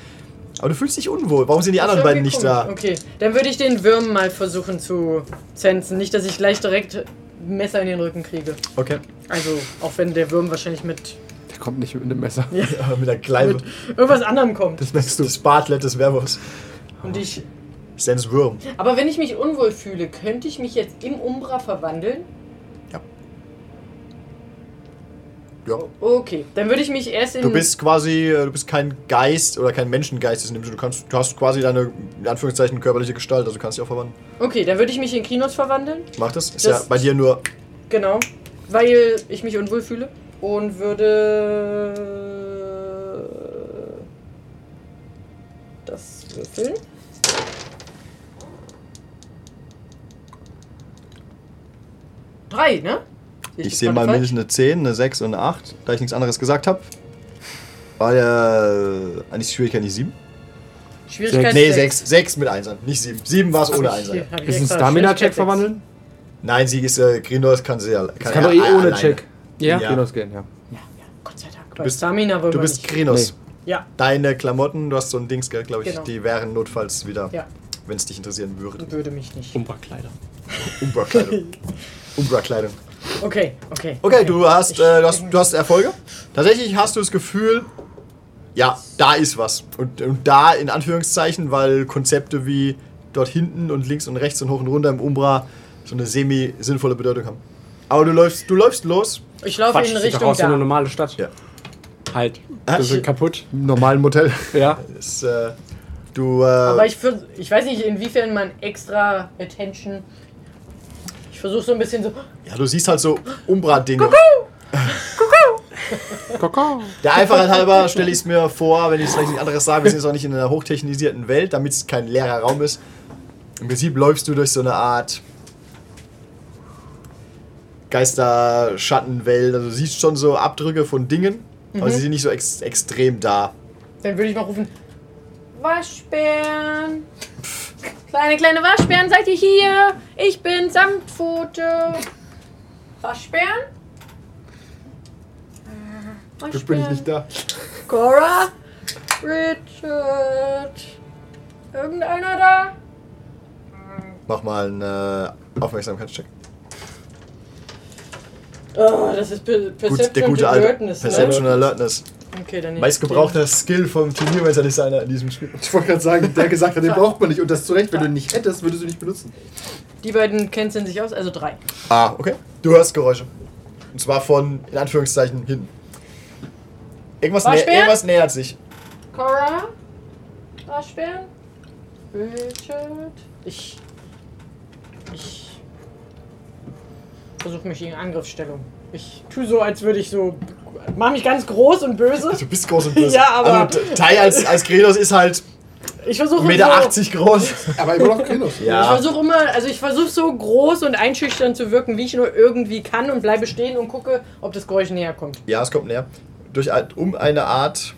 Speaker 2: Aber du fühlst dich unwohl. Warum sind die anderen beiden nicht da?
Speaker 4: Okay, dann würde ich den Würm mal versuchen zu zensen. Nicht, dass ich gleich direkt Messer in den Rücken kriege.
Speaker 2: Okay.
Speaker 4: Also, auch wenn der Würm wahrscheinlich mit
Speaker 3: Der kommt nicht mit einem Messer.
Speaker 2: Ja, mit der Kleine.
Speaker 4: irgendwas anderem kommt.
Speaker 2: Das merkst du. Das Bartlett des Werwolfs.
Speaker 4: Und ich.
Speaker 2: Sans Wurm.
Speaker 4: Aber wenn ich mich unwohl fühle, könnte ich mich jetzt im Umbra verwandeln?
Speaker 2: Ja. Ja.
Speaker 4: Okay, dann würde ich mich erst in.
Speaker 2: Du bist quasi, äh, du bist kein Geist oder kein Menschengeist. das nimmst Du, du, kannst, du hast quasi deine, in Anführungszeichen, körperliche Gestalt, also du kannst dich auch verwandeln.
Speaker 4: Okay, dann würde ich mich in Kinos verwandeln.
Speaker 2: Mach das. Ist
Speaker 4: Das-
Speaker 2: ja bei dir nur
Speaker 4: Genau. Weil ich mich unwohl fühle. Und würde. Das würfeln. Drei, ne?
Speaker 2: Ich
Speaker 4: das
Speaker 2: sehe
Speaker 4: gerade
Speaker 2: mal
Speaker 4: falsch?
Speaker 2: mindestens eine 10, eine 6 und eine 8, da ich nichts anderes gesagt habe. War ja äh, eigentlich Schwierigkeit nicht 7?
Speaker 4: Schwierigkeit.
Speaker 2: Nee, 6. 6 mit 1 nicht 7. 7 war es ohne 1
Speaker 3: Ist ein Stamina-Check verwandeln?
Speaker 2: Nein, sie ist, äh, Grindor kann sie ja.
Speaker 3: Das kann doch eh ohne Check.
Speaker 5: Ja.
Speaker 2: Ja.
Speaker 3: Genos gehen, ja.
Speaker 4: Ja, ja, Gott sei Dank. Du
Speaker 2: bist-
Speaker 4: Stamina wollen
Speaker 2: Du
Speaker 4: wir
Speaker 2: bist
Speaker 4: nicht.
Speaker 2: Grinos.
Speaker 4: Ja,
Speaker 2: Deine Klamotten, du hast so ein Dings, glaube ich,
Speaker 4: Genau.
Speaker 2: die wären notfalls wieder,
Speaker 4: ja.
Speaker 2: wenn es dich interessieren würde.
Speaker 4: Würde mich nicht.
Speaker 5: Umbrakleider.
Speaker 2: Umbra-Kleidung. Umbra-Kleidung.
Speaker 4: Okay, okay.
Speaker 2: Okay, du hast,
Speaker 4: Ich-
Speaker 2: äh, du hast, du hast Erfolge. Tatsächlich hast du das Gefühl, ja, da ist was. Und, und da in Anführungszeichen, weil Konzepte wie dort hinten und links und rechts und hoch und runter im Umbra so eine semi-sinnvolle Bedeutung haben. Aber du läufst, du läufst los.
Speaker 4: Ich laufe
Speaker 5: Quatsch,
Speaker 4: in
Speaker 5: das ist doch
Speaker 4: Richtung
Speaker 5: auch so eine
Speaker 4: da.
Speaker 5: normale Stadt.
Speaker 2: Ja.
Speaker 5: Halt.
Speaker 2: Ah,
Speaker 5: Das
Speaker 2: ich-
Speaker 5: ist kaputt.
Speaker 3: Im normalen Motel.
Speaker 5: Ja.
Speaker 2: Das, äh, du, äh,
Speaker 4: Aber ich, vers- ich weiß nicht, inwiefern man extra Attention. Ich versuche so ein bisschen so.
Speaker 2: ja, du siehst halt so Umbra-Dinge.
Speaker 3: Koko.
Speaker 2: Der Einfachheit halber stelle ich es mir vor, wenn ich es vielleicht nicht anderes sage, wir sind jetzt auch nicht in einer hochtechnisierten Welt, damit es kein leerer Raum ist. Im Prinzip läufst du durch so eine Art Geister-Schattenwelt. Also du siehst schon so Abdrücke von Dingen,
Speaker 4: Mhm.
Speaker 2: aber sie sind nicht so ex extrem da.
Speaker 4: Dann würde ich mal rufen: Waschbären! Kleine, kleine Waschbären, seid ihr hier? Ich bin Samtpfote. Waschbären? Äh, Waschbären.
Speaker 3: Bin ich nicht da.
Speaker 4: Cora? Richard? Irgendeiner da?
Speaker 2: Mach mal einen äh, Aufmerksamkeitscheck.
Speaker 4: Oh, das ist Per- Perception
Speaker 2: der gute
Speaker 4: und
Speaker 2: alte
Speaker 4: Alertness,
Speaker 2: Perception ne?
Speaker 4: ne?
Speaker 2: Alertness.
Speaker 4: Okay, dann
Speaker 2: Meistgebrauchter Skill vom Turniermeister-Designer in diesem Spiel.
Speaker 3: Ich wollte gerade sagen, der gesagt hat, den braucht man nicht. Und das zu Recht, wenn du ihn nicht hättest, würdest du ihn nicht benutzen.
Speaker 4: Die beiden kennzeichnen sich aus, also drei.
Speaker 2: Ah, okay. Du hörst Geräusche. Und zwar von, in Anführungszeichen, hinten. Irgendwas, nä
Speaker 4: Waschbär?
Speaker 2: irgendwas nähert sich.
Speaker 4: Cora? Waschbären? Richard? Ich. Ich. Versuche mich in Angriffsstellung. Ich tue so, als würde ich so. Mach mich ganz groß und böse.
Speaker 2: Du bist groß und böse.
Speaker 4: Ja, aber-
Speaker 2: Also, T- Tai als, als Gredos ist halt
Speaker 4: Ich versuche so.
Speaker 2: 1,80 Meter groß.
Speaker 3: Aber immer noch Genos.
Speaker 4: Ich versuche immer, also ich versuche so groß und einschüchternd zu wirken, wie ich nur irgendwie kann und bleibe stehen und gucke, ob das Geräusch näher kommt.
Speaker 2: Ja, es kommt näher. Durch, ein- um eine Art.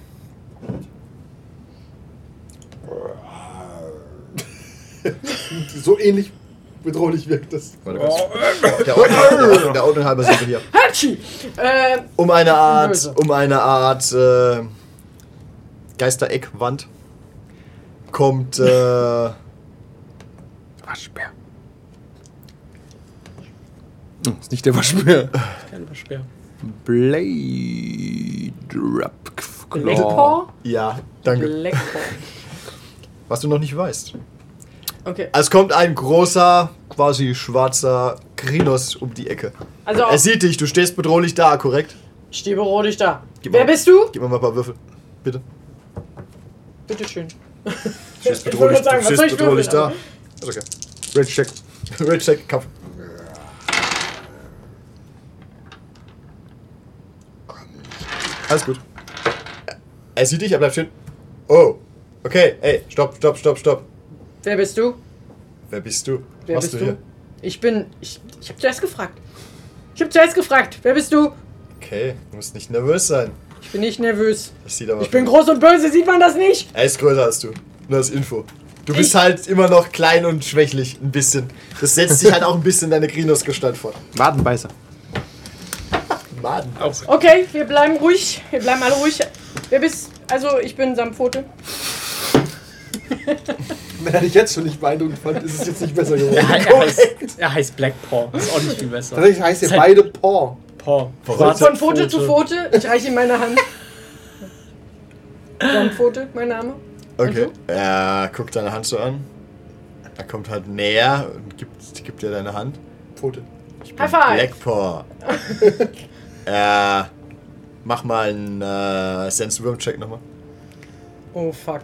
Speaker 3: So ähnlich bedrohlich wirkt das.
Speaker 2: Warte kurz. Der Ordnung, der Ordnung halber sind wir hier.
Speaker 4: Hatschi! Äh,
Speaker 2: Um eine Art.
Speaker 4: Böse.
Speaker 2: Um eine Art. Äh, Geistereckwand. Kommt. Äh,
Speaker 3: Waschbär. Ist nicht der Waschbär.
Speaker 5: Kein Waschbär.
Speaker 3: Blade Rap.
Speaker 4: Blackpaw?
Speaker 2: ja, Genau. danke.
Speaker 4: Blackpaw.
Speaker 2: Was du noch nicht weißt.
Speaker 4: Okay.
Speaker 2: Es kommt ein großer, quasi schwarzer Krinos um die Ecke.
Speaker 4: Also
Speaker 2: Er
Speaker 4: auch
Speaker 2: sieht dich, du stehst bedrohlich da, korrekt?
Speaker 4: Stäberodig da.
Speaker 2: Gib
Speaker 4: Wer
Speaker 2: mal-
Speaker 4: bist du?
Speaker 2: Gib mir mal ein paar Würfel. Bitte.
Speaker 4: Bitteschön.
Speaker 2: Du stehst
Speaker 4: Ich wollte
Speaker 2: bedrohlich,
Speaker 4: gerade sagen, was
Speaker 2: du
Speaker 4: soll
Speaker 2: stehst
Speaker 4: ich
Speaker 2: bedrohlich da.
Speaker 4: würfeln?
Speaker 2: Ist okay. Red Check. Red Check, Kampf. Alles gut. Er sieht dich, er bleibt stehen. Oh. Okay, ey, stopp, stopp, stopp, stopp.
Speaker 4: Wer bist du?
Speaker 2: Wer bist du?
Speaker 4: Wer
Speaker 2: Was
Speaker 4: bist du? Ich bin. Ich, ich habe zuerst gefragt. Ich habe zuerst gefragt. Wer bist du?
Speaker 2: Okay, du musst nicht nervös sein.
Speaker 4: Ich bin nicht nervös.
Speaker 2: Das sieht aber.
Speaker 4: Ich bin groß und böse, sieht man das nicht?
Speaker 2: Er ist größer als du. Nur als Info. Du bist halt immer noch klein und schwächlich, ein bisschen. Das setzt sich halt auch ein bisschen in deine Grinos-Gestalt fort.
Speaker 3: Wadenbeißer.
Speaker 2: Mann.
Speaker 6: Okay, wir bleiben ruhig. Wir bleiben alle ruhig. Wer bist. Also, ich bin Sampfote.
Speaker 7: Wenn er dich jetzt schon nicht beeindruckend fand, ist es jetzt nicht besser geworden.
Speaker 5: Ah, Er, er, heißt, er heißt Black Paw. Ist auch nicht viel besser.
Speaker 7: Tatsächlich heißt ihr beide Paw.
Speaker 5: Paw.
Speaker 4: Von Pfote zu Pfote, ich reiche ihm meine Hand.
Speaker 6: Dann Pfote, mein Name.
Speaker 2: Okay.
Speaker 4: Also?
Speaker 2: Er guckt deine Hand so an. Er kommt halt näher und gibt, gibt dir deine Hand.
Speaker 7: Pfote.
Speaker 4: High five!
Speaker 2: Blackpaw. äh, mach mal einen äh, Sense-Wurm-Check nochmal.
Speaker 4: Oh fuck.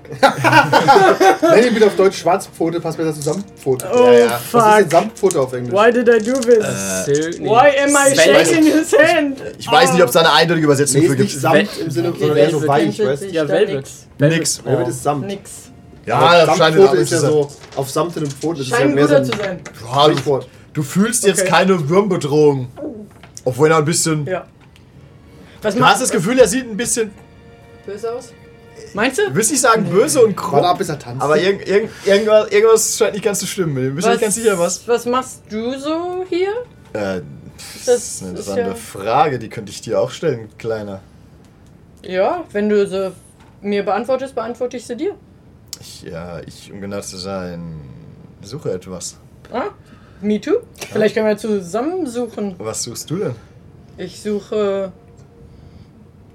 Speaker 7: Nenn ihn bitte auf Deutsch Schwarzpfote, passt besser zu Samtpfote.
Speaker 4: Oh
Speaker 2: ja. Was
Speaker 7: Was ist denn
Speaker 4: fuck.
Speaker 7: Samtpfote auf Englisch?
Speaker 4: Why did I do this? Why am I shaking his hand?
Speaker 2: Äh, Ich weiß nicht, ob es da eine
Speaker 4: Ah.
Speaker 2: eindeutige Übersetzung
Speaker 7: Nee,
Speaker 2: für
Speaker 7: ist nicht
Speaker 2: gibt.
Speaker 7: Samt im Sinne, sondern eher so weich, weißt du?
Speaker 5: Ja, Velvet. Oh.
Speaker 2: Nix.
Speaker 5: Velvet
Speaker 7: Damit
Speaker 5: Paw.
Speaker 7: ist Samt.
Speaker 4: Nix.
Speaker 7: Ah,
Speaker 2: Ja, das scheint
Speaker 7: Samtpfote ist ja
Speaker 2: zu sein.
Speaker 7: so auf Samt in einem Pfote. Das ist ja
Speaker 4: Scheint ein
Speaker 7: mehr so
Speaker 4: guter
Speaker 7: ein
Speaker 4: zu sein.
Speaker 2: Ja, du,
Speaker 7: Sprichwort. Oh.
Speaker 2: du fühlst jetzt
Speaker 4: Okay.
Speaker 2: keine Wurmbedrohung. Auch wenn er ein bisschen.
Speaker 4: Ja. Was
Speaker 2: Du hast
Speaker 4: macht
Speaker 2: das Gefühl, er sieht ein bisschen,
Speaker 4: Böse aus? Meinst du?
Speaker 2: ich will nicht sagen böse und
Speaker 7: Warte ab,
Speaker 2: grob,
Speaker 7: bis er tanzt.
Speaker 2: aber irgend, irgend, irgendwas, irgendwas scheint nicht ganz zu stimmen. Ich bin nicht ganz sicher, was.
Speaker 4: Was machst du so hier?
Speaker 2: Äh, das,
Speaker 4: Das
Speaker 2: ist eine
Speaker 4: ist
Speaker 2: interessante
Speaker 4: ja-
Speaker 2: Frage, die könnte ich dir auch stellen, Kleiner.
Speaker 4: Ja, wenn du sie mir beantwortest, beantworte ich sie dir.
Speaker 2: Ich, ja, ich, um genau zu sein, suche etwas.
Speaker 4: Ah, me too. Vielleicht können wir zusammen suchen.
Speaker 2: Was suchst du denn?
Speaker 4: Ich suche.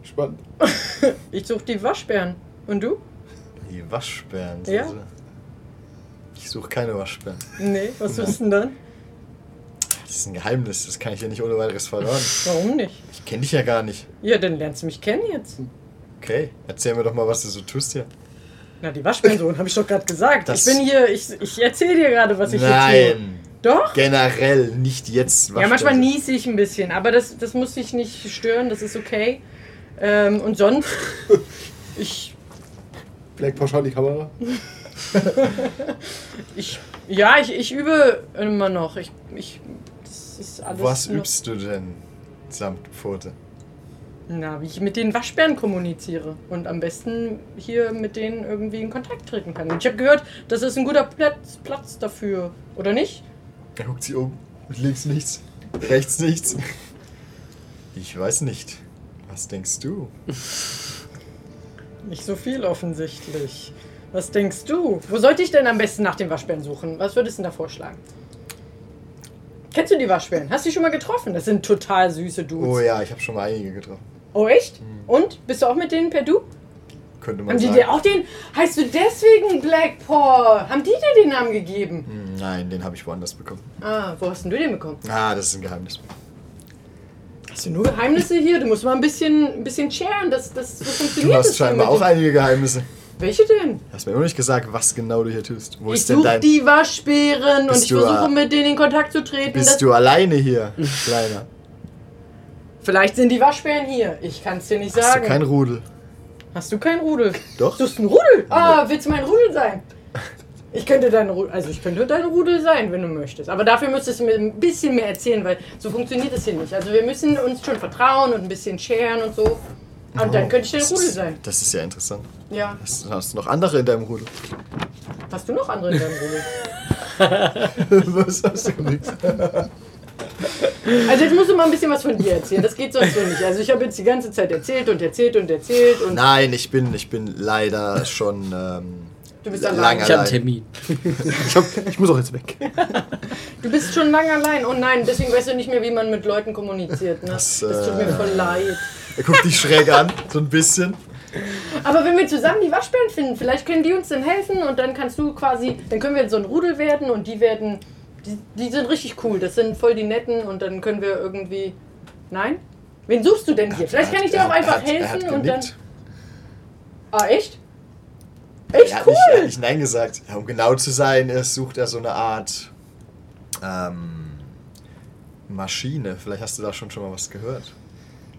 Speaker 7: Spannend.
Speaker 4: Ich suche die Waschbären. Und du?
Speaker 2: Die Waschbären.
Speaker 4: Ja.
Speaker 2: Also, Ich suche keine Waschbären.
Speaker 4: Nee, was suchst du denn dann?
Speaker 2: Das ist ein Geheimnis, das kann ich ja nicht ohne weiteres verraten.
Speaker 4: Warum nicht?
Speaker 2: Ich kenne dich ja gar nicht.
Speaker 4: Ja, dann lernst du mich kennen jetzt.
Speaker 2: Okay, erzähl mir doch mal, was du so tust hier.
Speaker 4: Na, die Waschbärensohn, habe ich doch gerade gesagt.
Speaker 2: Das-
Speaker 4: ich bin hier, ich, ich erzähle dir gerade, was ich jetzt tue.
Speaker 2: Nein,
Speaker 4: Doch?
Speaker 2: generell, nicht jetzt.
Speaker 4: Ja,
Speaker 2: Waschbären.
Speaker 4: manchmal niese ich ein bisschen, aber das, das muss dich nicht stören, das ist okay. Ähm, und sonst, ich,
Speaker 7: Vielleicht pauschal die Kamera.
Speaker 4: ich, ja, ich, ich übe immer noch. Ich, ich, das ist alles
Speaker 2: Was
Speaker 4: noch-
Speaker 2: übst du denn samt Pfote?
Speaker 4: Na, wie ich mit den Waschbären kommuniziere und am besten hier mit denen irgendwie in Kontakt treten kann. Und ich habe gehört, das ist ein guter Platz, Platz dafür, oder nicht?
Speaker 2: Er guckt sie um. Links nichts, rechts nichts. Ich weiß nicht. Was denkst du?
Speaker 4: Nicht so viel offensichtlich. Was denkst du? Wo sollte ich denn am besten nach den Waschbären suchen? Was würdest du denn da vorschlagen? Kennst du die Waschbären? Hast du die schon mal getroffen? Das sind total süße Dudes.
Speaker 2: Oh ja, ich habe schon mal einige getroffen.
Speaker 4: Oh, echt? Und? Bist du auch mit denen per Du?
Speaker 2: Könnte man
Speaker 4: Haben die
Speaker 2: Mhm. sagen.
Speaker 4: dir auch den... Heißt du deswegen Black Paw? Haben die dir den Namen gegeben?
Speaker 2: Hm, Nein, den habe ich woanders bekommen.
Speaker 4: Ah, wo hast denn du den bekommen?
Speaker 2: Ah, das ist ein Geheimnis.
Speaker 4: Hast du nur Geheimnisse hier? Du musst mal ein bisschen, ein bisschen sharen. Das, das, so
Speaker 2: Du
Speaker 4: funktioniert
Speaker 2: hast
Speaker 4: das hier
Speaker 2: scheinbar
Speaker 4: mit
Speaker 2: auch
Speaker 4: den-
Speaker 2: einige Geheimnisse.
Speaker 4: Welche denn?
Speaker 2: Hast mir immer nicht gesagt, was genau du hier tust. Wo
Speaker 4: Ich
Speaker 2: ist denn
Speaker 4: suche
Speaker 2: dein.
Speaker 4: die Waschbären und
Speaker 2: Bist
Speaker 4: ich
Speaker 2: du,
Speaker 4: versuche
Speaker 2: äh,
Speaker 4: mit denen in Kontakt zu treten. dass-
Speaker 2: Bist du alleine hier, Kleiner?
Speaker 4: Vielleicht sind die Waschbären hier. Ich kann's dir nicht
Speaker 2: Hast du
Speaker 4: sagen.
Speaker 2: kein Rudel?
Speaker 4: Hast du kein Rudel?
Speaker 2: Doch.
Speaker 4: Du bist ein Rudel. Ah, willst du mein Rudel sein? Ich könnte dein Rudel, also ich könnte dein Rudel sein, wenn du möchtest. Aber dafür müsstest du mir ein bisschen mehr erzählen, weil so funktioniert das hier nicht. Also wir müssen uns schon vertrauen und ein bisschen sharen und so. Und dann könnte ich dein
Speaker 2: Das
Speaker 4: Rudel
Speaker 2: ist-
Speaker 4: sein.
Speaker 2: Das ist ja interessant.
Speaker 4: Ja.
Speaker 2: Hast, hast du noch andere in deinem Rudel?
Speaker 4: Hast du noch andere in deinem Rudel?
Speaker 2: Was hast du nix?
Speaker 4: Also jetzt musst du mal ein bisschen was von dir erzählen. Das geht sonst so nicht. Also ich habe jetzt die ganze Zeit erzählt und erzählt und erzählt und
Speaker 2: Nein, ich bin, ich bin leider schon. Ähm,
Speaker 4: du bist allein.
Speaker 5: Ich
Speaker 2: lange
Speaker 5: habe einen
Speaker 2: allein.
Speaker 5: Termin.
Speaker 7: Ich, hab, ich muss auch jetzt weg.
Speaker 4: Du bist schon lange allein. Oh nein, deswegen weißt du nicht mehr, wie man mit Leuten kommuniziert. Ne? Das,
Speaker 2: Das,
Speaker 4: tut mir
Speaker 2: äh,
Speaker 4: voll leid.
Speaker 2: Er guckt dich schräg an, so ein bisschen.
Speaker 4: Aber wenn wir zusammen die Waschbären finden, vielleicht können die uns dann helfen und dann kannst du quasi, dann können wir so ein Rudel werden und die werden, die, die sind richtig cool. Das sind voll die Netten und dann können wir irgendwie. Nein? Wen suchst du denn hier? Vielleicht kann ich dir auch
Speaker 2: Er hat-
Speaker 4: einfach
Speaker 2: er hat- er hat
Speaker 4: helfen und dann.
Speaker 2: genickt.
Speaker 4: Ah, echt? Echt
Speaker 2: Er hat,
Speaker 4: cool!
Speaker 2: nicht, er hat nicht Nein gesagt. Ja, um genau zu sein, äh, sucht er so eine Art ähm, Maschine. Vielleicht hast du da schon schon mal was gehört.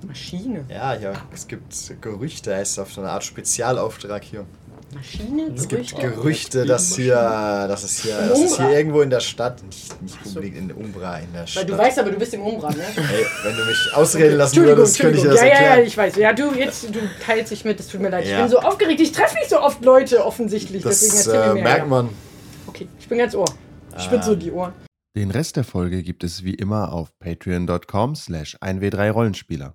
Speaker 4: Maschine.
Speaker 2: Ja, ja, es gibt Gerüchte. Er ist auf so eine Art Spezialauftrag hier.
Speaker 8: Maschine?
Speaker 2: Es gibt
Speaker 8: Gerüchte?
Speaker 2: Gerüchte, dass hier, dass es hier, dass es hier
Speaker 8: Umbra.
Speaker 2: irgendwo in der Stadt, nicht, nicht unbedingt in Umbra, in der
Speaker 8: Weil
Speaker 2: Stadt.
Speaker 8: du weißt aber, du bist im Umbra, ne?
Speaker 2: Ey, wenn du mich ausreden lassen
Speaker 4: Entschuldigung,
Speaker 2: würdest, könnte ich
Speaker 4: Entschuldigung.
Speaker 2: dir das
Speaker 4: ja, ja, ja,
Speaker 2: erklären.
Speaker 4: ich weiß. Ja, du, jetzt, du teilst dich mit, es tut mir leid. Ich
Speaker 2: Ja.
Speaker 4: bin so aufgeregt, ich treffe nicht so oft Leute offensichtlich.
Speaker 2: Das
Speaker 4: deswegen erzähl
Speaker 2: äh,
Speaker 4: mir mehr.
Speaker 2: merkt man. Ah.
Speaker 4: Okay, ich bin ganz Ohr. Ich bin so die Ohren.
Speaker 9: Den Rest der Folge gibt es wie immer auf patreon.com slash 1w3rollenspieler.